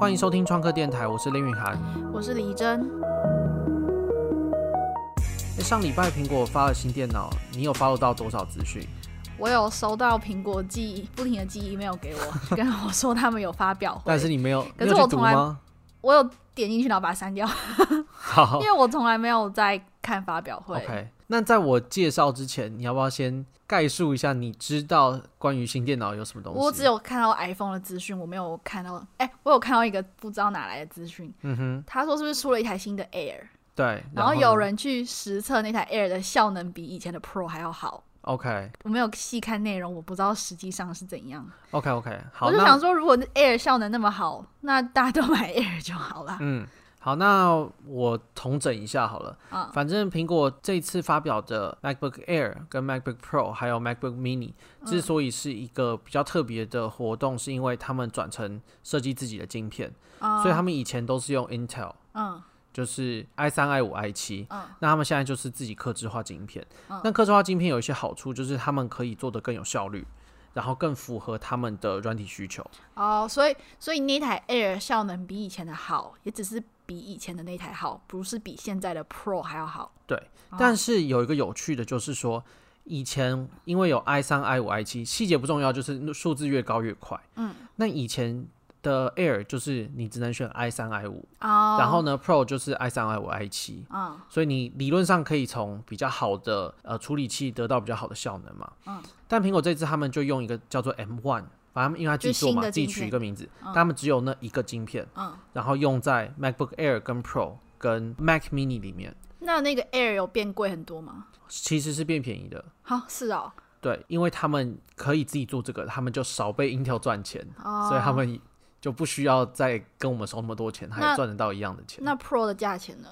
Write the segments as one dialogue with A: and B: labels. A: 欢迎收听创客电台，我是林雨涵。
B: 我是李真，
A: 诶上礼拜苹果发了新电脑，你有 follow 到多少资讯？
B: 我有收到苹果寄不停的寄 email 给我，跟我说他们有发表会，
A: 但是你没有，你
B: 可是
A: 有
B: 我
A: 去读
B: 从来
A: 吗？
B: 我有点进去然后把它删掉，
A: 好
B: 因为我从来没有在看发表会。
A: ，OK。那在我介绍之前，你要不要先概述一下你知道关于新电脑有什么东西？
B: 我只有看到 iPhone 的资讯，我没有看到，哎、我有看到一个不知道哪来的资讯，
A: 嗯哼，
B: 他说是不是出了一台新的 Air，
A: 对。
B: 然后
A: 呢
B: 有人去实测那台 Air 的效能比以前的 Pro 还要好。
A: OK
B: 我没有细看内容，我不知道实际上是怎样。
A: OK OK。好，
B: 我就
A: 那
B: 想说，如果 Air 效能那么好，那大家都买 Air 就好啦。
A: 嗯，好，那我统整一下好了。
B: 嗯
A: 反正苹果这次发表的 MacBook Air、跟 MacBook Pro 还有 MacBook Mini，之
B: 嗯
A: 所以是一个比较特别的活动，是因为他们转成设计自己的晶片，
B: 啊
A: 所以他们以前都是用 Intel，
B: 嗯
A: 就是 i 三、i 五、i 七。
B: 嗯
A: 那他们现在就是自己刻制化晶片。
B: 嗯
A: 那刻制化晶片有一些好处，就是他们可以做得更有效率，然后更符合他们的软体需求。
B: 哦，所以所以那台 Air 效能比以前的好，也只是比以前的那台好，不是比现在的 Pro 还要好。
A: 对
B: 哦，
A: 但是有一个有趣的，就是说，以前因为有 i 三、i 五、i 七，细节不重要，就是数字越高越快。
B: 嗯，
A: 那以前的 Air 就是你只能选 i 三、i 五，
B: 哦，
A: 然后呢 Pro 就是 i 三、i 五、i 七。
B: 嗯
A: 所以你理论上可以从比较好的呃处理器得到比较好的效能嘛。
B: 嗯。
A: 但苹果这次他们就用一个叫做 M One，反正他们因为它自己做嘛，
B: 就
A: 自己
B: 是新的晶片
A: 取一个名字，但他们只有那一个晶片，
B: 嗯，
A: 然后用在 MacBook Air 跟 Pro 跟 Mac Mini 里面，
B: 那那个 Air 有变贵很多吗？
A: 其实是变便宜的。
B: 好、是哦，
A: 对，因为他们可以自己做这个，他们就少被 Intel 赚钱，
B: 哦，
A: 所以他们就不需要再跟我们收那么多钱，他也
B: 那
A: 赚得到一样的钱。
B: 那 Pro 的价钱呢？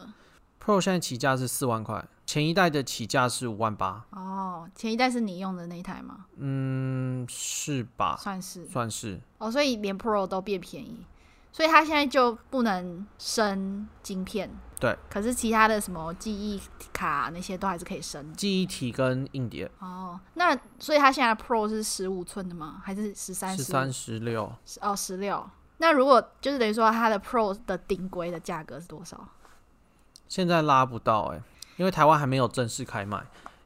A: Pro 现在起价是四万块，前一代的起价是五万八，
B: 哦，前一代是你用的那一台吗？
A: 嗯，是吧？
B: 算是
A: 算是
B: 哦，所以连 Pro 都变便宜，所以它现在就不能升晶片。
A: 对，
B: 可是其他的什么记忆卡那些都还是可以升。
A: 记忆体跟硬碟
B: 哦，那所以它现在 Pro 是十五寸的吗？还是十三？
A: 是三十六，
B: 十哦，十六。那如果就是等于说它的 Pro 的顶规的价格是多少？
A: 现在拉不到哎、因为台湾还没有正式开卖。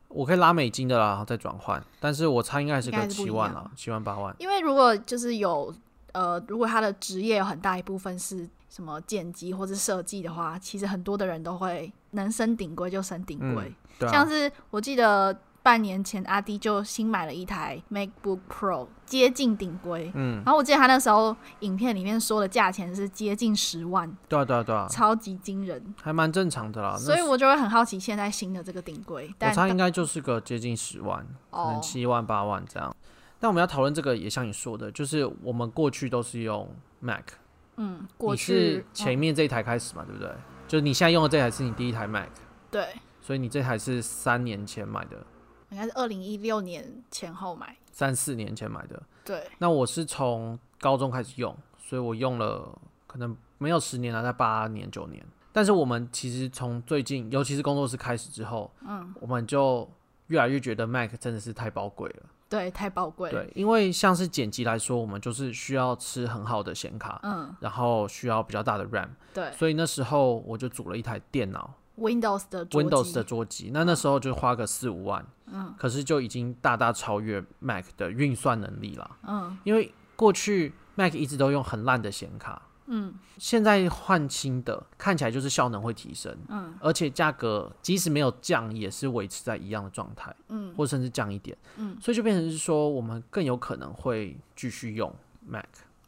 A: 我可以拉美金的啦，然后再转换，但是我猜应该是
B: 应
A: 个
B: 该是不
A: 七
B: 一
A: 万
B: 样
A: 啦，七万八万。
B: 因为如果就是有呃，如果他的职业有很大一部分是什么剪辑或是设计的话，其实很多的人都会能升顶规就升顶规。
A: 对啊
B: 像，是我记得半年前阿迪就新买了一台 MacBook Pro，接近顶规。
A: 嗯，
B: 然后我记得他那时候影片里面说的价钱是接近十万，
A: 对啊，对啊，对啊，
B: 超级惊人。
A: 还蛮正常的啦。那
B: 所以我就会很好奇现在新的这个顶规，
A: 我
B: 但
A: 哦猜应该就是个接近十万，可能
B: 哦，
A: 七万八万这样。那我们要讨论这个，也像你说的，就是我们过去都是用 Mac，
B: 嗯，过
A: 你
B: 去嗯
A: 是前面这一台开始嘛，对不对？就是你现在用的这台是你第一台 Mac，
B: 嗯对，
A: 所以你这台是三年前买的，
B: 应该是二零一六年前后买，
A: 三四年前买的。
B: 对，
A: 那我是从高中开始用，所以我用了可能没有十年了，在八年九年。但是我们其实从最近，尤其是工作室开始之后，
B: 嗯，
A: 我们就越来越觉得 Mac 真的是太宝贵了。
B: 对，太宝贵了，
A: 对，因为像是剪辑来说，我们就是需要吃很好的显卡，
B: 嗯，
A: 然后需要比较大的 RAM，
B: 对
A: 所以那时候我就组了一台电脑
B: ，Windows 的桌机
A: ，Windows 的桌机。那那时候就花个四五万，嗯，可是就已经大大超越 Mac 的运算能力啦。
B: 嗯
A: 因为过去 Mac 一直都用很烂的显卡，
B: 嗯
A: 现在换新的，看起来就是效能会提升，
B: 嗯
A: 而且价格即使没有降，也是维持在一样的状态，
B: 嗯
A: 或甚至降一点。
B: 嗯，
A: 所以就变成是说，我们更有可能会继续用 Mac，、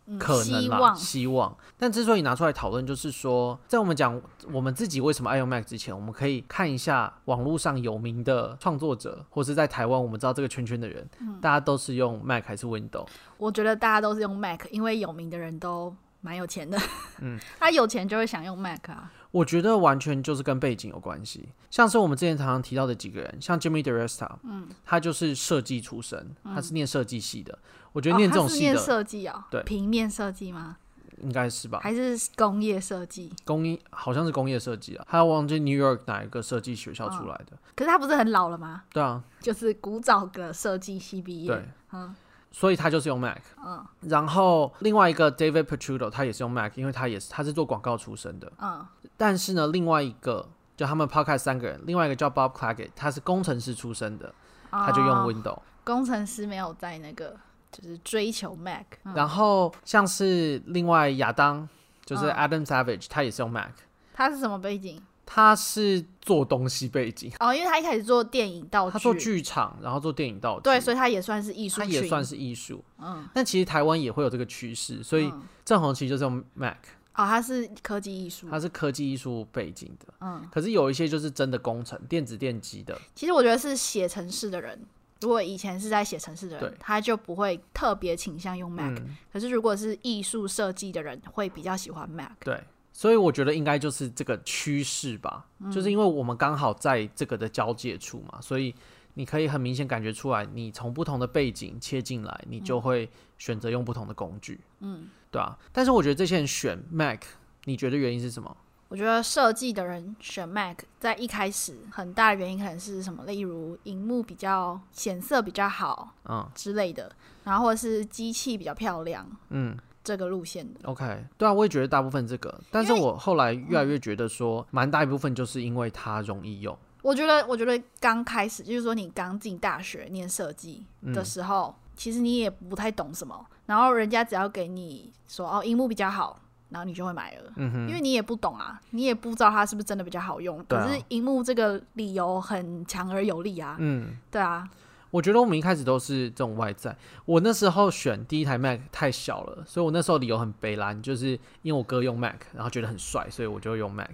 B: 嗯，
A: 可能
B: 希
A: 啦，
B: 望，
A: 希望。但之所以拿出来讨论，就是说，在我们讲我们自己为什么爱用 Mac 之前，我们可以看一下网络上有名的创作者，或是在台湾我们知道这个圈圈的人，
B: 嗯
A: 大家都是用 Mac 还是 Windows？
B: 我觉得大家都是用 Mac，因为有名的人都蛮有钱的，嗯， 他有钱就会想用 Mac 啊，
A: 我觉得完全就是跟背景有关系，像是我们之前常常提到的几个人，像 Jimmy Diresta，嗯，他就是设计出身，他是念设计系的。我觉得
B: 嗯哦
A: 念这
B: 他
A: 种
B: 是
A: 系
B: 念
A: 的
B: 设计哦，
A: 对啊
B: 平面设计吗？
A: 应该是吧，
B: 还是工业设计？
A: 工业好像是工业设计啊，他忘记 New York 哪一个设计学校
B: 嗯
A: 出来的。
B: 可是他不是很老了吗？
A: 对啊，
B: 就是古早的设计系毕业，
A: 对，
B: 嗯，
A: 所以他就是用 Mac。
B: 嗯
A: 然后另外一个 David Petrudo 他也是用 Mac，因为他也是他是做广告出身的。
B: 嗯
A: 但是呢，另外一个就他们 Podcast 三个人，另外一个叫 Bob Claggett，他是工程师出身的，他就用
B: 哦
A: Windows。
B: 工程师没有在那个就是追求 Mac，嗯
A: 然后像是另外亚当，就是
B: 嗯
A: Adam Savage，、他也是用 Mac，
B: 他是什么背景？
A: 他是做东西背景，
B: 哦，因为他一开始做电影道具，
A: 他做剧场，然后做电影道具，
B: 哦对，所以他也算是艺术
A: 嗯他
B: 群，
A: 也算是艺术。
B: 嗯，
A: 但其实台湾也会有这个趋势，所以
B: 嗯
A: 郑红其实就是用 Mac，
B: 哦，他是科技艺术，
A: 他是科技艺术背景的。
B: 嗯，
A: 可是有一些就是真的工程、电子电机的，
B: 其实我觉得是写程式的人。如果以前是在写程式的人
A: 对，
B: 他就不会特别倾向用 Mac、
A: 嗯，
B: 可是如果是艺术设计的人，会比较喜欢 Mac。
A: 对。所以我觉得应该就是这个趋势吧，就是因为我们刚好在这个的交界处嘛，所以你可以很明显感觉出来，你从不同的背景切进来，你就会选择用不同的工具，嗯，对啊。但是我觉得这些人选 Mac，你觉得原因是什么？
B: 我觉得设计的人选 Mac，在一开始很大的原因可能是什么？例如荧幕比较显色比较好
A: 嗯
B: 之类的，然后或者是机器比较漂亮
A: 嗯
B: 这个路线的。
A: ，OK，对啊，我也觉得大部分这个，但是我后来越来越觉得说，蛮大一部分就是因为它容易用，
B: 我觉得，我觉得刚开始就是说你刚进大学念设计的时候，
A: 嗯
B: 其实你也不太懂什么，然后人家只要给你说哦荧幕比较好，然后你就会买了。
A: 嗯哼，
B: 因为你也不懂啊，你也不知道它是不是真的比较好用。
A: 对啊
B: 可是荧幕这个理由很强而有力啊。
A: 嗯。
B: 对啊，
A: 我觉得我们一开始都是这种外在。我那时候选第一台 Mac 太小了，所以我那时候理由很悲蓝，就是因为我哥用 Mac，然后觉得很帅，所以我就用 Mac。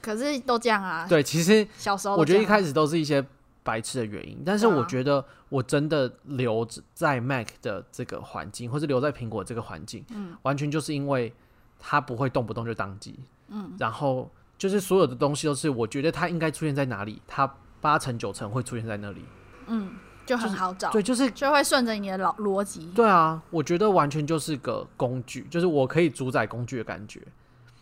B: 可是都这样啊。
A: 对，其实
B: 小时候
A: 我觉得一开
B: 始
A: 始都是一些白痴的原因，但是
B: 啊对啊
A: 我觉得我真的留在 Mac 的这个环境，或是留在苹果这个环境，
B: 嗯
A: 完全就是因为它不会动不动就宕机，嗯，然后就是所有的东西都是我觉得它应该出现在哪里，它八成九成会出现在那里。
B: 就很好找，
A: 对，就是
B: 就会顺着你的老逻辑，
A: 对啊，我觉得完全就是个工具，就是我可以主宰工具的感觉，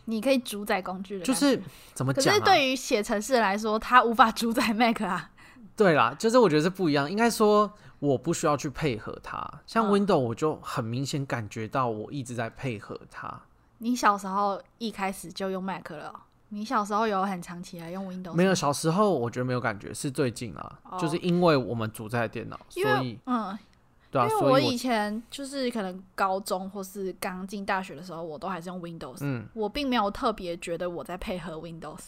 B: 你可以主宰工具的
A: 就
B: 感觉。
A: 是怎么
B: 啊可
A: 讲、
B: 是
A: 啊？
B: 对于写程式的来说，他无法主宰 Mac 啊。
A: 对啦，就是我觉得是不一样。应该说我不需要去配合它，像
B: 嗯
A: Windows 我就很明显感觉到我一直在配合它，
B: 你小时候一开始就用 Mac 了哦、你小时候有很长期来用 Windows？
A: 没有
B: 吗，
A: 小时候我觉得没有感觉，是最近啦，就是
B: 哦
A: 因为我们主宰电脑，所
B: 因为
A: 以
B: 嗯，
A: 对啊，
B: 因为
A: 所
B: 我
A: 以我
B: 以前就是可能高中或是刚进大学的时候，我都还是用 Windows，、
A: 嗯
B: 我并没有特别觉得我在配合 Windows，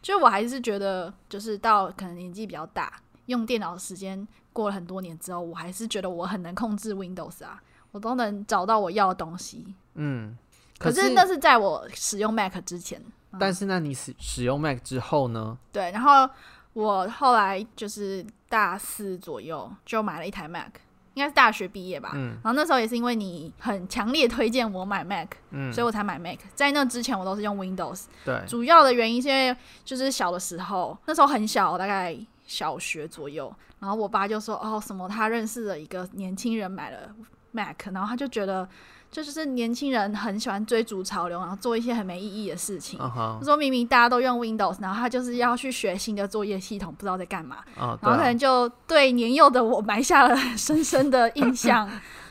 B: 就我还是觉得就是到可能年纪比较大，用电脑的时间过了很多年之后，我还是觉得我很能控制 Windows 啊，我都能找到我要的东西。
A: 嗯，
B: 可
A: 是
B: 那是在我使用 Mac 之前，
A: 但是那你使使用 Mac 之后呢？
B: 对，然后我后来就是大四左右就买了一台 Mac，应该是大学毕业吧。
A: 嗯
B: 然后那时候也是因为你很强烈推荐我买 Mac，、
A: 嗯
B: 所以我才买 Mac。在那之前我都是用 Windows，
A: 对，
B: 主要的原因是因为就是小的时候，那时候很小，大概小学左右，然后我爸就说哦什么他认识的一个年轻人买了 Mac，然后他就觉得这就是年轻人很喜欢追逐潮流，然后做一些很没意义的事情。
A: 嗯哼
B: 就，说明明大家都用 Windows，然后他就是要去学新的作业系统，不知道在干嘛，
A: 啊，对
B: 然后可
A: 啊
B: 能就对年幼的我埋下了深深的印象。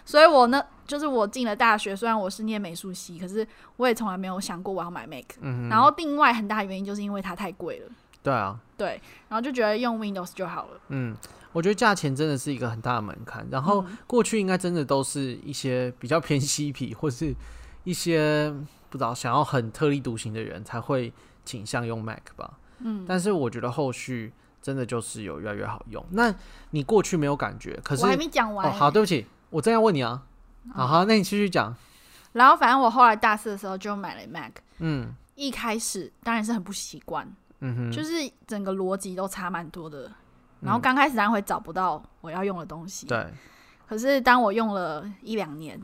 B: 所以我呢，就是我进了大学，虽然我是念美术系，可是我也从来没有想过我要买 Mac。
A: 嗯
B: 然后另外很大原因就是因为它太贵了，
A: 对啊，
B: 对，然后就觉得用 Windows 就好了。
A: 嗯，我觉得价钱真的是一个很大的门槛。然后
B: 嗯
A: 过去应该真的都是一些比较偏嬉皮，或是一些不知道想要很特立独行的人才会倾向用 Mac 吧。嗯，但是我觉得后续真的就是有越来越好用。那你过去没有感觉，可是
B: 我还没讲完、哦
A: 哦，好，对不起，我正要问你啊。好好，那你继续讲。
B: 然后反正我后来大四的时候就买了 Mac，
A: 嗯
B: 一开始当然是很不习惯，
A: 嗯哼，嗯
B: 就是整个逻辑都差蛮多的。然后刚开始当然会找不到我要用的东西，
A: 对，
B: 可是当我用了一两年，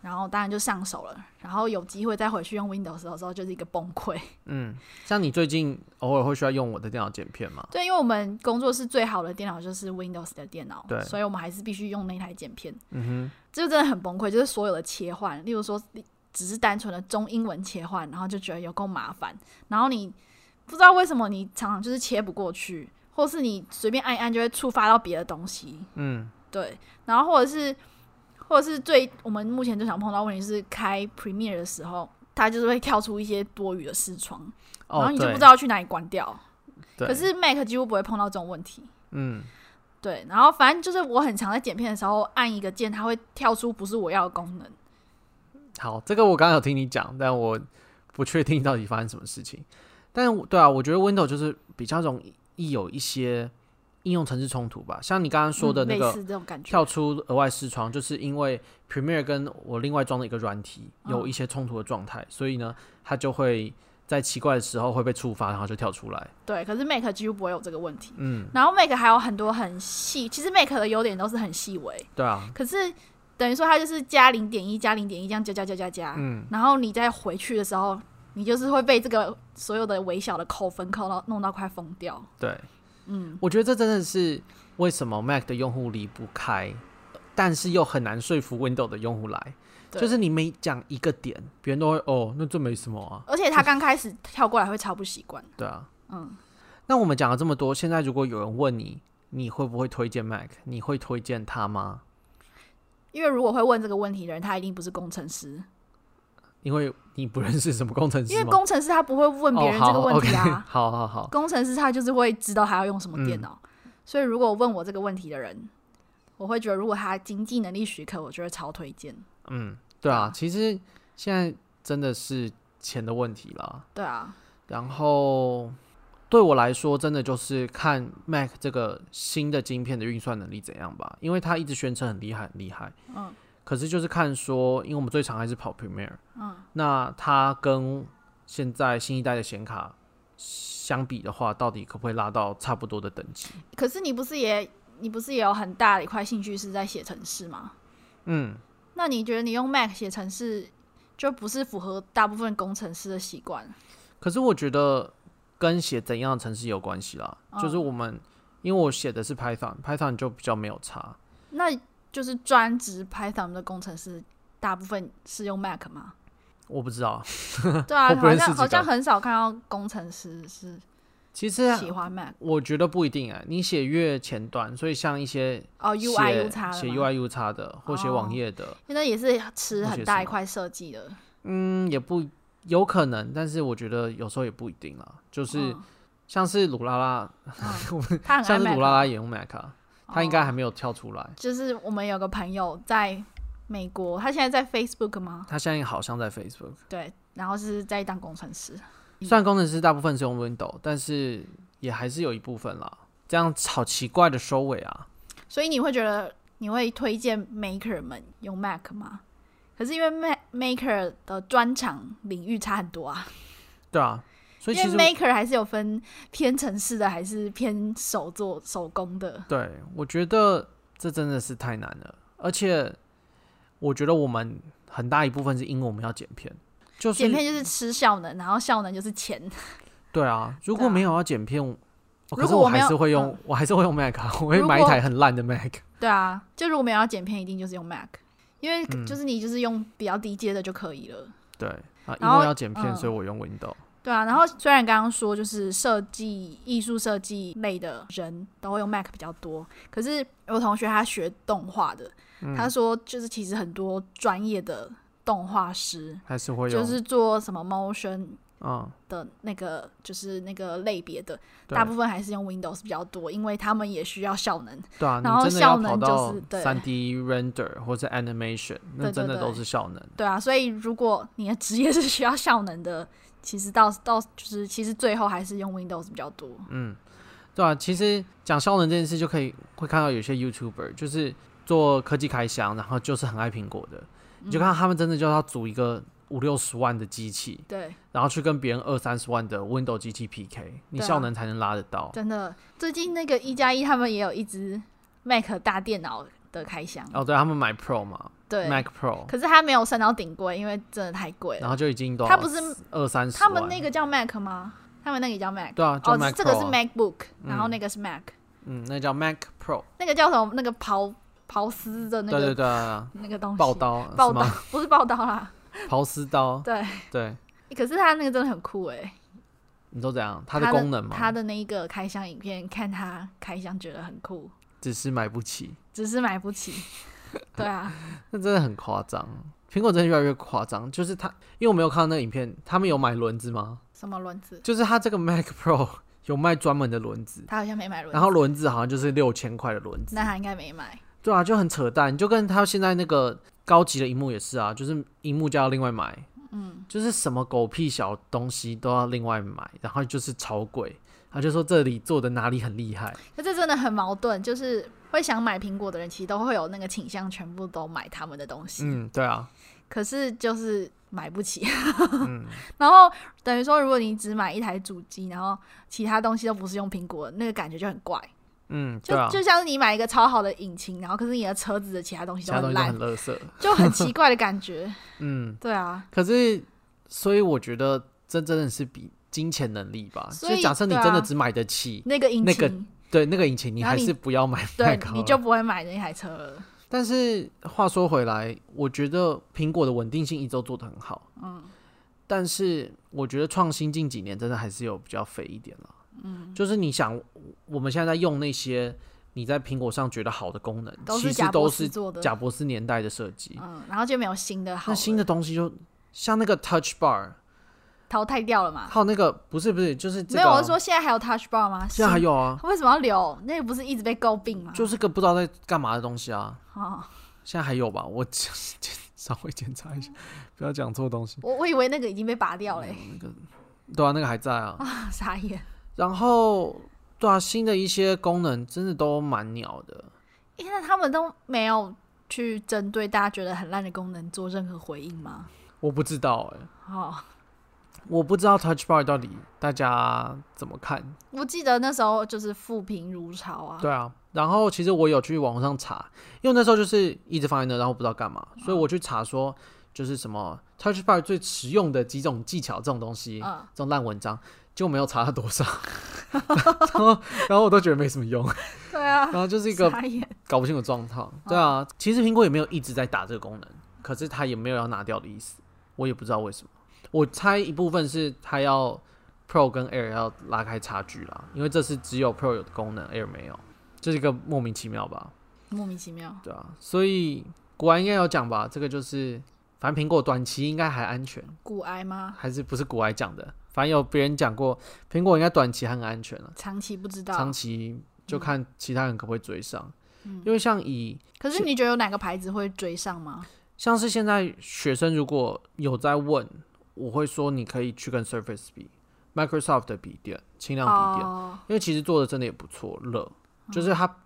B: 然后当然就上手了。然后有机会再回去用 Windows 的时候，就是一个崩溃。
A: 嗯，像你最近偶尔会需要用我的电脑剪片吗？
B: 对，因为我们工作室最好的电脑就是 Windows 的电脑
A: 对，
B: 所以我们还是必须用那台剪片。
A: 嗯
B: 这真的很崩溃，就是所有的切换，例如说只是单纯的中英文切换，然后就觉得有够麻烦，然后你不知道为什么你常常就是切不过去，或是你随便按一按就会触发到别的东西
A: 哼，，嗯
B: 对，然后或者是或者是最我们目前最想碰到问题是开 Premiere 的时候，它就是会跳出一些多余的视窗，然后
A: 哦，
B: 你就不
A: 对
B: 知道去哪里关掉。
A: 对，
B: 可是 Mac 几乎不会碰到这种问题。
A: 嗯，
B: 对，然后反正就是我很常在剪片的时候按一个键，它会跳出不是我要的功能。
A: 好，这个我刚刚有听你讲，但我不确定到底发生什么事情。但我对啊，我觉得 Windows 就是比较容易有一些应用程式冲突吧，像你刚刚说的
B: 嗯
A: 那个
B: 类似这种感觉，
A: 跳出额外视窗，就是因为 Premiere 跟我另外装的一个软体
B: 嗯
A: 有一些冲突的状态，所以呢，它就会在奇怪的时候会被触发，然后就跳出来。
B: 对，可是 Mac 几乎不会有这个问题。
A: 嗯，
B: 然后 Mac 还有很多很细，其实 Mac 的优点都是很细微，
A: 对啊，
B: 可是等于说它就是加零点一加零点一这样加加加加加，
A: 嗯，
B: 然后你再回去的时候，你就是会被这个所有的微小的扣分扣到弄到快疯掉。
A: 对，
B: 嗯，
A: 我觉得这真的是为什么 Mac 的用户离不开，但是又很难说服 Windows 的用户来。
B: 对
A: 就是你每讲一个点，别人都会哦，那这没什么啊，
B: 而且它刚开始跳过来会超不习惯。
A: 对啊。
B: 嗯，
A: 那我们讲了这么多，现在如果有人问你，你会不会推荐 Mac？你会推荐它吗？
B: 因为如果会问这个问题的人，他一定不是工程师，
A: 因为你不认识什么工程师
B: 因为
A: 吗
B: 工程师他不会问别人这个问题
A: 哦、
B: 啊。
A: 好 o k 好好好，
B: 工程师他就是会知道他要用什么电脑，
A: 嗯
B: 所以如果问我这个问题的人，我会觉得如果他经济能力许可，我就会超推荐。
A: 嗯，对啊，其实现在真的是钱的问题啦。
B: 对啊，
A: 然后对我来说，真的就是看 Mac 这个新的晶片的运算能力怎样吧，因为它一直宣称很厉害很厉害，
B: 嗯，
A: 可是就是看说，因为我们最常还是跑 Premiere，嗯，那它跟现在新一代的显卡相比的话，到底可不可以拉到差不多的等级？
B: 可是你不是也你不是也有很大的一块兴趣是在写程式吗？
A: 嗯，
B: 那你觉得你用 Mac 写程式就不是符合大部分工程师的习惯？
A: 可是我觉得跟写怎样的程式有关系啦，就是我们因为我写的是 Python，Python 就比较没有差。
B: 那就是专职 Python 的工程师大部分是用 Mac 吗？
A: 我不知道，
B: 对啊，
A: 我不
B: 好
A: 认识
B: 像
A: 几个啊
B: 好像很少看到工程师是
A: 其实
B: 喜欢 Mac
A: 我觉得不一定哎、你写越前端，所以像一些
B: 哦
A: 写
B: ，UI U 叉
A: 写
B: 的吗
A: UI U 叉的，或写
B: 哦
A: 网页的，
B: 那也是吃很大一块设计 的，
A: 嗯，也不有可能，但是我觉得有时候也不一定啦。就是
B: 嗯
A: 像是鲁拉拉，
B: 嗯他很爱
A: 像是
B: Mac，
A: 鲁拉拉也用 Mac，、啊、他应该还
B: 哦
A: 没有跳出来。
B: 就是我们有个朋友在美国，他现在在 Facebook 吗？
A: 他现在好像在 Facebook，
B: 对，然后是在当工程师，嗯
A: 虽然工程师大部分是用 Windows，但是也还是有一部分啦。这样好奇怪的收尾啊！
B: 所以你会觉得你会推荐 Maker 们用 Mac 吗？可是因为 Mac Maker 的专长领域差很多啊，
A: 对啊，所以其
B: 因
A: 实
B: 为 Maker 还是有分偏程式的，还是偏手做手工的。
A: 对我觉得这真的是太难了，而且我觉得我们很大一部分是因为我们要剪片，就是
B: 剪片就是吃效能，然后效能就是钱。
A: 对啊，如
B: 对
A: 果
B: 啊
A: 没有要剪片，我哦可
B: 如
A: 是
B: 果
A: 我
B: 我没
A: 还
B: 有
A: 是会用
B: 嗯，
A: 我还是会用 Mac，啊我会
B: 如
A: 买一
B: 果
A: 台很烂的 Mac。
B: 对啊，就如果没有要剪片，一定就是用 Mac，因为
A: 嗯
B: 就是你就是用比较低阶的就可以了。
A: 对啊，因
B: 然后
A: 为要剪片，
B: 嗯
A: 所以我用 Windows。
B: 对啊，然后虽然刚刚说就是设计、艺术设计类的人都会用 Mac 比较多，可是有同学他学动画的，
A: 嗯
B: 他说就是其实很多专业的动画师，
A: 还是会用，
B: 就是做什么 motion
A: 嗯，
B: 的那个就是那个类别的，
A: 对
B: 大部分还是用 Windows 比较多，因为他们也需要效能。
A: 对啊，
B: 然后
A: 你真的要
B: 效
A: 跑
B: 能
A: 到
B: 就是对
A: 三 D render 或者 animation，那
B: 对对
A: 真的
B: 对
A: 都是效能。
B: 对啊，所以如果你的职业是需要效能的，其实到到就是其实最后还是用 Windows 比较多。
A: 嗯，对啊，其实讲效能这件事，就可以会看到有些 YouTuber 就是做科技开箱，然后就是很爱苹果的，
B: 嗯
A: 你就看到他们真的就要组一个五六十万的机器，
B: 对，
A: 然后去跟别人二三十万的 Windows 机器 PK，你
B: 对啊
A: 效能才能拉得到。
B: 真的，最近那个一加一他们也有一只 Mac 大电脑的开箱，
A: 哦，对，他们买 Pro 嘛
B: 对
A: ，Mac 哦 Pro，
B: 可是它没有升到顶贵，因为真的太贵
A: 然
B: 了。
A: 后就已经都
B: 它不是
A: 二啊三十
B: 他
A: 万。
B: 们那个叫 Mac 吗？他们那个也叫 Mac，
A: 对啊，就
B: 哦，
A: Mac Pro，、
B: 这个是 MacBook，
A: 嗯
B: 然后那个是 Mac，、
A: 嗯，那叫 Mac Pro，、
B: 那个叫什么？那个刨刨丝的那
A: 对
B: 个
A: 对对对
B: 那个东
A: 对，
B: 西，
A: 刨刀
B: 报
A: 什么
B: 道不是报道啦，
A: 刨丝刀，
B: 对。
A: 对，
B: 可是它那个真的很酷哎、
A: 你都怎样？它的功能嘛，
B: 它的那一个开箱影片，看它开箱觉得很酷，
A: 只是买不起。
B: 只是买不起。对啊，
A: 那真的很夸张。苹果真的越来越夸张，就是它，因为我没有看到那个影片，他们有买轮子吗？
B: 什么轮子？
A: 就是它这个 Mac Pro 有卖专门的轮子，
B: 他好像没买轮子，
A: 然后轮子好像就是六千块的轮子，
B: 那他应该没买。
A: 对啊，就很扯淡。就跟他现在那个高级的荧幕也是啊，就是荧幕就要另外买，嗯，就是什么狗屁小东西都要另外买，然后就是超贵。他就说这里做的哪里很厉害，
B: 可这真的很矛盾，就是会想买苹果的人，其实都会有那个倾向，全部都买他们的东西。
A: 嗯，对啊，
B: 可是就是买不起。
A: 嗯
B: 然后等于说，如果你只买一台主机，然后其他东西都不是用苹果的，那个感觉就很怪。
A: 嗯，
B: 就、
A: 对啊，
B: 就像是你买一个超好的引擎，然后可是你的车子的其他东西
A: 其
B: 都
A: 他东
B: 很
A: 西都
B: 烂
A: 很，垃圾，
B: 就 很奇怪的感觉。
A: 嗯。
B: 对啊，
A: 可是，所以我觉得这真的是比金钱能力吧。
B: 所
A: 就
B: 以
A: 假设你
B: 对啊
A: 真的只买得起，
B: 那个引
A: 那
B: 擎，
A: 个对那个引擎，你
B: 然后
A: 还
B: 你
A: 是不要买那
B: 对
A: 个好了。
B: 你就不会买那台车了。
A: 但是话说回来，我觉得苹果的稳定性一直都做得很好，嗯，但是我觉得创新近几年真的还是有比较肥一点了，嗯，就是你想，我们现在在用那些你在苹果上觉得好的功能，
B: 都
A: 其
B: 是
A: 实
B: 贾
A: 都
B: 博士
A: 是
B: 做的，
A: 贾博士年代的设计，
B: 嗯，然后就没有新的好
A: 那新的东西就像那个 Touch Bar，
B: 淘汰掉了嘛。
A: 还有那个不是不是，就是这个
B: 啊
A: 啊
B: 没有，我是说现在还有 Touch Bar 吗？
A: 现在还
B: 是
A: 有啊，
B: 为什么要留？那个不是一直被诟病吗？
A: 就是个不知道在干嘛的东西啊，
B: 哦，
A: 现在还有吧？我 稍微检查一下，不要讲错东西。
B: 我我以为那个已经被拔掉了、欸，
A: 对啊，那个还在啊。
B: 傻眼。
A: 然后对啊，新的一些功能真的都蛮鸟的。
B: 因为他们都没有去针对大家觉得很烂的功能做任何回应吗？
A: 我不知道哎、
B: 哦，
A: 我不知道 Touch Bar 到底大家怎么看。
B: 我记得那时候就是负评如潮啊。
A: 对啊，然后其实我有去网上查，因为那时候就是一直放在那，然后不知道干嘛，所以我去查说就是什么 Touch Bar 最实用的几种技巧这种东西。
B: 嗯，
A: 这种烂文章，就没有查到多少， 然后然后我都觉得没什么用，
B: 对啊
A: 然，后就是一个
B: 傻眼。
A: 搞不清楚状况。对啊，其实苹果也没有一直在打这个功能，可是它也没有要拿掉的意思，我也不知道为什么。我猜一部分是它要 Pro 跟 Air 要拉开差距啦，因为这是只有 Pro 有的功能，Air 没有，这是一个莫名其妙吧？
B: 莫名其妙。
A: 对啊，所以果然应该有讲吧，这个就是反正苹果短期应该还安全。
B: 骨癌吗？
A: 还是不是古埃讲的，反正有别人讲过，苹果应该短期还很安全了、
B: 长期不知道
A: 长。期就看其他人可不可以追上。因为像以
B: 可是你觉得有哪个牌子会追上吗？
A: 像是现在学生如果有在问，我会说你可以去跟 Surface 比，Microsoft 的笔电，轻量笔电，
B: 哦，
A: 因为其实做的真的也不错了，就是它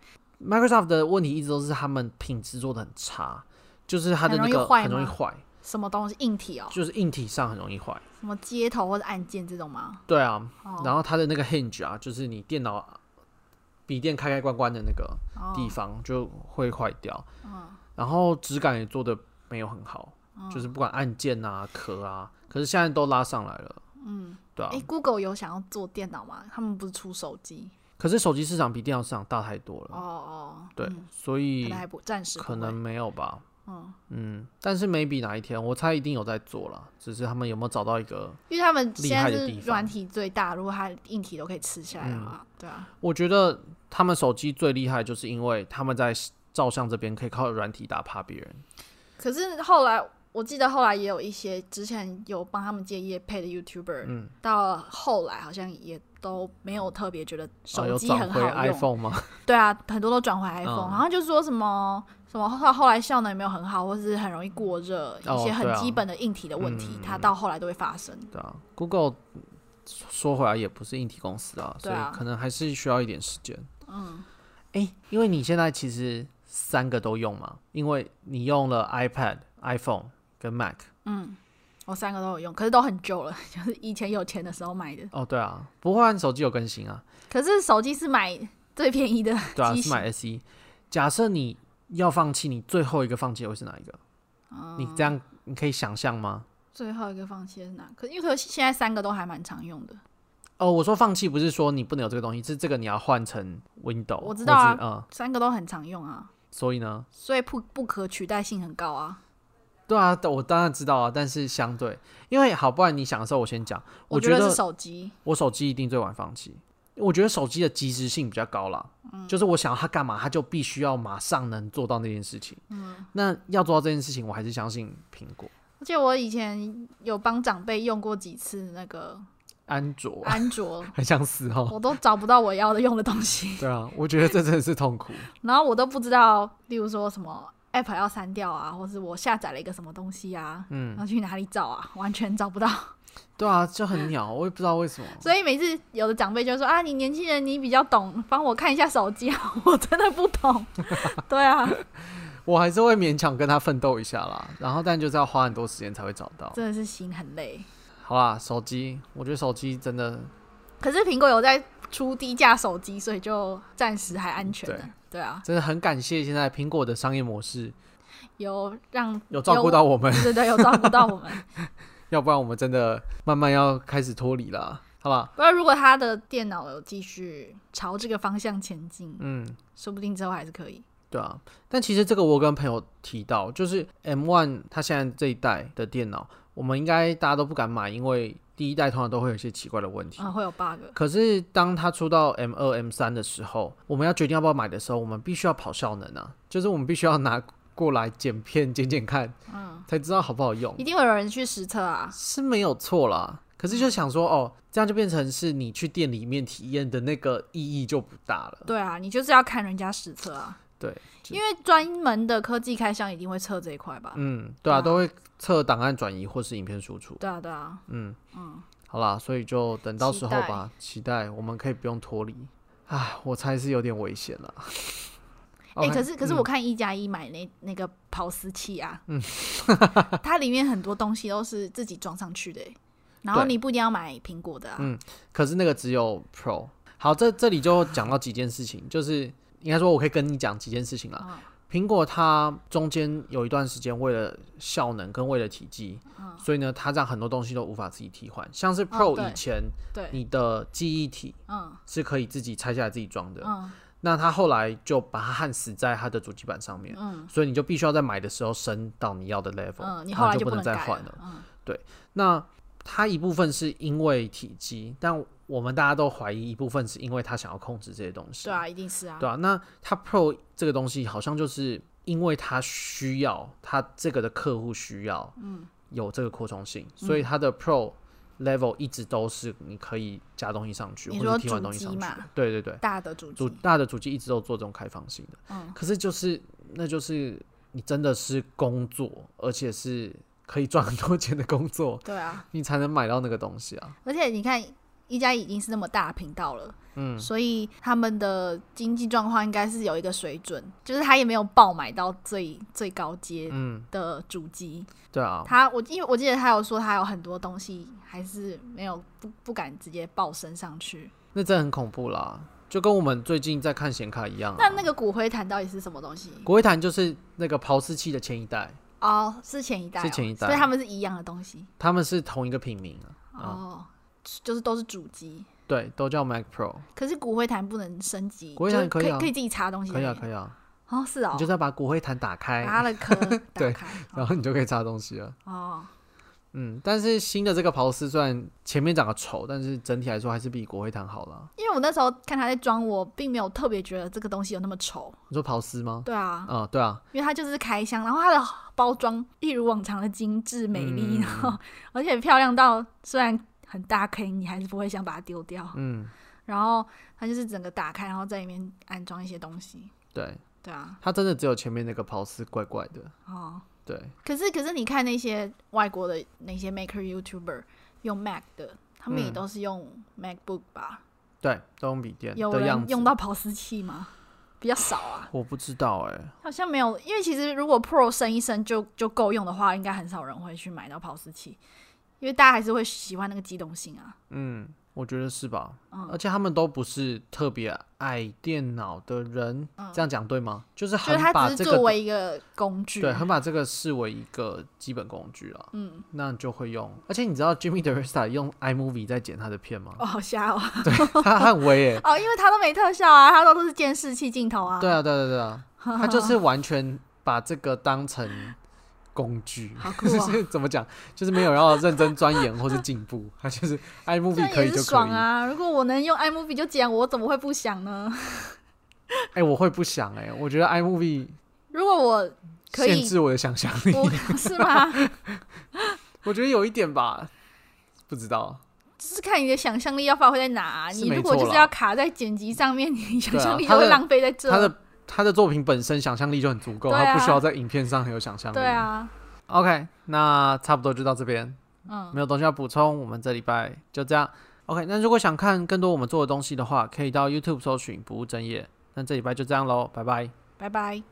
A: Microsoft 的问题一直都是他们品质做的很差，就是它的那个很
B: 很
A: 容
B: 容
A: 易
B: 易
A: 坏，
B: 什么东西硬体哦，
A: 就是硬体上很容易坏。
B: 什么接头或者按键这种吗？
A: 对啊，
B: 哦
A: 然后它的那个 hinge 啊，就是你电脑笔电开开关关的那个地
B: 哦，嗯
A: 方就会坏掉。然后质感也做的没有很好，就是不管按键啊、壳啊，可是现在都拉上来了。嗯，对啊。
B: 哎，Google 有想要做电脑吗？他们不是出手机？
A: 可是手机市场比电脑市场大太多了，
B: 哦哦，
A: 对，
B: 嗯
A: 所
B: 可
A: 以
B: 能还不暂时不
A: 可
B: 会
A: 能没有吧。嗯但是 maybe 哪一天，我猜一定有在做了，只是他们有没有找到一个
B: 因为他们
A: 厉
B: 现
A: 害
B: 在
A: 的
B: 是
A: 地方嗯
B: 软体最大，如果它硬体都可以吃下来的话，对啊，
A: 我觉得他们手机最厉害，就是因为他们在照相这边可以靠软体打趴别人。
B: 可是后来，我记得后来也有一些之前有帮他们接业配的 YouTuber，、到
A: 嗯
B: 后来好像也都没有特别觉得
A: 哦
B: 手
A: 有
B: 机
A: 转
B: 很好
A: 回
B: 用。
A: iPhone 吗？
B: 对啊，很多都转回 iPhone，、
A: 嗯
B: 然后就说什么什么后后来效能也没有很好，或是很容易过热，
A: 哦
B: 一些
A: 对
B: 很
A: 啊嗯
B: 基本的硬体的问题，它到后来都会发生。
A: 对啊，Google 说回来也不是硬体公司啊，所
B: 对
A: 以
B: 啊
A: 可能还是需要一点时间。嗯，哎、因为你现在其实三个都用嘛，因为你用了 iPad、iPhone 跟 Mac。
B: 我哦三个都有用，可是都很旧了， 就是以前有钱的时候买的。
A: 哦，对啊，不过换手机有更新啊，
B: 可是手机是买最便宜的
A: 对啊，
B: 机
A: 是
B: 型
A: 买 SE。假设你要放弃，你最后一个放弃的会是哪一个？
B: 嗯
A: 你这样你可以想象吗？
B: 最后一个放弃的是哪？可因为可是现在三个都还蛮常用的，
A: 哦，我说放弃不是说你不能有这个东西，是这个你要换成 Windows。
B: 我知道啊
A: 嗯，
B: 三个都很常用啊，
A: 所以呢，
B: 所以不不可取代性很高啊。
A: 对啊，我当然知道啊，但是相对，因为好，不然你想的时候我先讲，
B: 我
A: 觉
B: 是
A: 得
B: 手机，
A: 我手机一定最晚放弃，我觉得手机的及时性比较高啦，就是我想要它干嘛，它就必须要马上能做到那件事情。嗯，那要做到这件事情，我还是相信苹果、
B: 而且我以前有帮长辈用过几次那个
A: 安卓，，
B: 安卓
A: 很想死哦。
B: 我都找不到我要的用的东西，
A: 对啊，我觉得这真的是痛 苦。
B: 然后我都不知道，例如说什么 app 要删掉啊，或是我下载了一个什么东西啊，
A: 嗯
B: 然，后去哪里找啊，完全找不到。
A: 对啊，就很鸟，我也不知道为什么。
B: 所以每次有的长辈就说啊，你年轻人你比较懂，帮我看一下手机啊，我真的不 懂。对啊，
A: 我还是会勉强跟他奋斗一下啦，然后但就是要花很多时间才会找到。
B: 真的是心很累。
A: 好啦，手机，我觉得手机真的
B: 可是苹果有在出低价手机，所以就暂时还安全的。
A: 对
B: 对啊，
A: 真的很感谢现在苹果的商业模式
B: 有让
A: 有照顾到我们，
B: 对对对，有照顾到我们。
A: 要不然我们真的慢慢要开始脱离啦，好吧？
B: 不过如果他的电脑有继续朝这个方向前进，
A: 嗯，
B: 说不定之后还是可以。
A: 对啊。但其实这个我跟朋友提到，就是 M One 它现在这一代的电脑，我们应该大家都不敢买，因为第一代通常都会有一些奇怪的问题。
B: 嗯，会有 bug。
A: 可是当它出到 M 二、M 三的时候，我们要决定要不要买的时候，我们必须要跑效能啊，就是我们必须要拿过来剪片、剪剪看，嗯，才知道好不好用
B: 一。定会有人去实测啊，
A: 是没有错啦。可是就想说，哦，这样就变成是你去店里面体验的那个意义就不大了。
B: 对啊，你就是要看人家实测啊，
A: 对，
B: 因为专门的科技开箱一定会测这一块吧？
A: 嗯，对
B: 对
A: 啊，
B: 啊
A: 都会测档案转移或是影片输出。
B: 对啊，对啊，
A: 嗯嗯，好啦，所以就等到时候吧，期待我们可以不用脱离。唉，我猜是有点危险了。
B: 哎、
A: OK，
B: 可是可是
A: 嗯
B: 我看一加一买那那个刨丝器啊，嗯，它里面很多东西都是自己装上去的欸、然后
A: 对
B: 你不一定要买苹果的啊，
A: 嗯可是那个只有 Pro。好，这这里就讲到几件事情， 就是应该说我可以跟你讲几件事情
B: 嗯
A: 啦。苹果它中间有一段时间为了效能跟为了体积，所以呢，它让很多东西都无法自己替换。像是 Pro
B: 嗯哦对
A: 以前，
B: 对，
A: 你的记忆体
B: 嗯
A: 是可以自己拆下来自己装的，
B: 嗯
A: 那它后来就把它焊死在它的主机板上面，
B: 嗯
A: 所以你就必须要在买的时候升到你要的 level，、
B: 嗯，你
A: 然
B: 后来
A: 啊就
B: 不
A: 能
B: 能
A: 再
B: 改
A: 换了。
B: 了，嗯，
A: 那它一部分是因为体积，但我们大家都怀疑一部分是因为它想要控制这些东西，
B: 对啊，一定是啊，
A: 对啊。那它 Pro 这个东西好像就是因为它需要，它这个的客户需要，嗯，有这个扩充性，所以
B: 嗯
A: 它的 Pro Level 一直都是你可以加东西上去，
B: 你
A: 或
B: 说
A: 者替换
B: 主
A: 东西
B: 机
A: 上去
B: 嘛
A: 的，对对对。
B: 大的主
A: 主
B: 机，
A: 大的主机一直都做这种开放性的，
B: 嗯
A: 可是就是那就是你真的是工作，而且是可以赚很多钱的工作，
B: 对啊，
A: 你才能买到那个东西啊。
B: 而且你看，一加一已经是那么大的频道了，嗯，所以他们的经济状况应该是有一个水准，就是他也没有爆买到最最高阶
A: 嗯，
B: 的主机。
A: 对啊，
B: 他我因为我记得他有说他有很多东西还是没有不不敢直接爆升上去。
A: 那真的很恐怖啦，就跟我们最近在看显卡一样、啊。
B: 那那个骨灰坛到底是什么东西？
A: 国会坛就是那个刨丝器的前一代，
B: 哦，是前一代哦、
A: 是前一代
B: 所以他们是一样的东西。
A: 他们是同一个品名啊，
B: 哦，就是都是主机，
A: 对，都叫 Mac Pro，
B: 可是骨灰坛不能升级，
A: 骨灰坛
B: 就是
A: 可
B: 可
A: 以啊
B: 可以自己插东西的
A: 可以
B: 耶。
A: 啊，可以啊，
B: 哦，是哦
A: 你就，是要把骨灰坛打开，
B: 把它 的壳打
A: 对
B: 开。
A: 然后你就可以插东西了。
B: 哦，
A: 嗯，但是新的这个刨丝虽然前面长得丑，但是整体来说还是比国会坛好啦。
B: 因为我那时候看他在装，我并没有特别觉得这个东西有那么丑。
A: 你说刨丝吗？
B: 对啊，
A: 啊、对啊，
B: 因为它就是开箱，然后它的包装一如往常的精致美丽，
A: 嗯
B: 然后而且漂亮到虽然很大坑，你还是不会想把它丢掉。
A: 嗯，
B: 然后它就是整个打开，然后在里面安装一些东西。
A: 对，
B: 对啊，
A: 它真的只有前面那个刨丝怪怪的，
B: 哦，
A: 对，
B: 可是可是你看那些外国的那些 maker YouTuber 用 Mac 的，他们也
A: 嗯
B: 都是用 MacBook 吧？
A: 对，都用笔电
B: 有
A: 的样
B: 人
A: 子。
B: 用到刨丝器吗？比较少啊。
A: 我不知道哎、
B: 好像没有，因为其实如果 Pro 升一升就就够用的话，应该很少人会去买到跑丝器，因为大家还是会喜欢那个机动性啊。
A: 嗯，我觉得是吧？
B: 嗯
A: 而且他们都不是特别爱电脑的人，这样讲对吗？就是
B: 嗯就是
A: 很
B: 它
A: 把
B: 只
A: 这
B: 是作
A: 个、
B: 为一个工具，
A: 对，很把这个视为一个基本工具了。嗯，那就会用。而且你知道 Jimmy d e r e s t a 用 iMovie 在剪他的片吗？
B: 哦，好瞎哦，
A: 他他很威 哎、
B: 哦，因为它都没特效啊，它都都是监视器镜头啊。
A: 对啊，对啊，对啊，他就是完全把这个当成工具，
B: 好酷
A: 就
B: 哦！
A: 是怎么讲，就是没有要认真钻研或是进步，它就是 iMovie
B: 这
A: 可
B: 样
A: 以
B: 也
A: 就是可
B: 爽
A: 以。
B: 啊！如果我能用 iMovie 就讲，我怎么会不想呢？
A: 哎、我会不想哎、我觉得 iMovie
B: 如果我可
A: 限
B: 以，
A: 制我的想象力，
B: 我 是吗？
A: 我觉得有一点吧，不知道。
B: 就是看你的想象力要发挥在哪啊、
A: 是
B: 你
A: 没
B: 如果就
A: 错
B: 是
A: 啦
B: 要卡在剪辑上面，你想
A: 对啊
B: 象力
A: 他
B: 就会
A: 的
B: 浪费在这。
A: 他的他的作品本身想象力就很足够，
B: 对
A: 他不
B: 啊
A: 需要在影片上很有想象力。
B: 对啊，
A: OK，那差不多就到这边，
B: 嗯，
A: 没有东西要补充，我们这礼拜就这样。OK，那如果想看更多我们做的东西的话，可以到 YouTube 搜寻“不务正业”。那这礼拜就这样喽，拜拜。
B: 拜拜。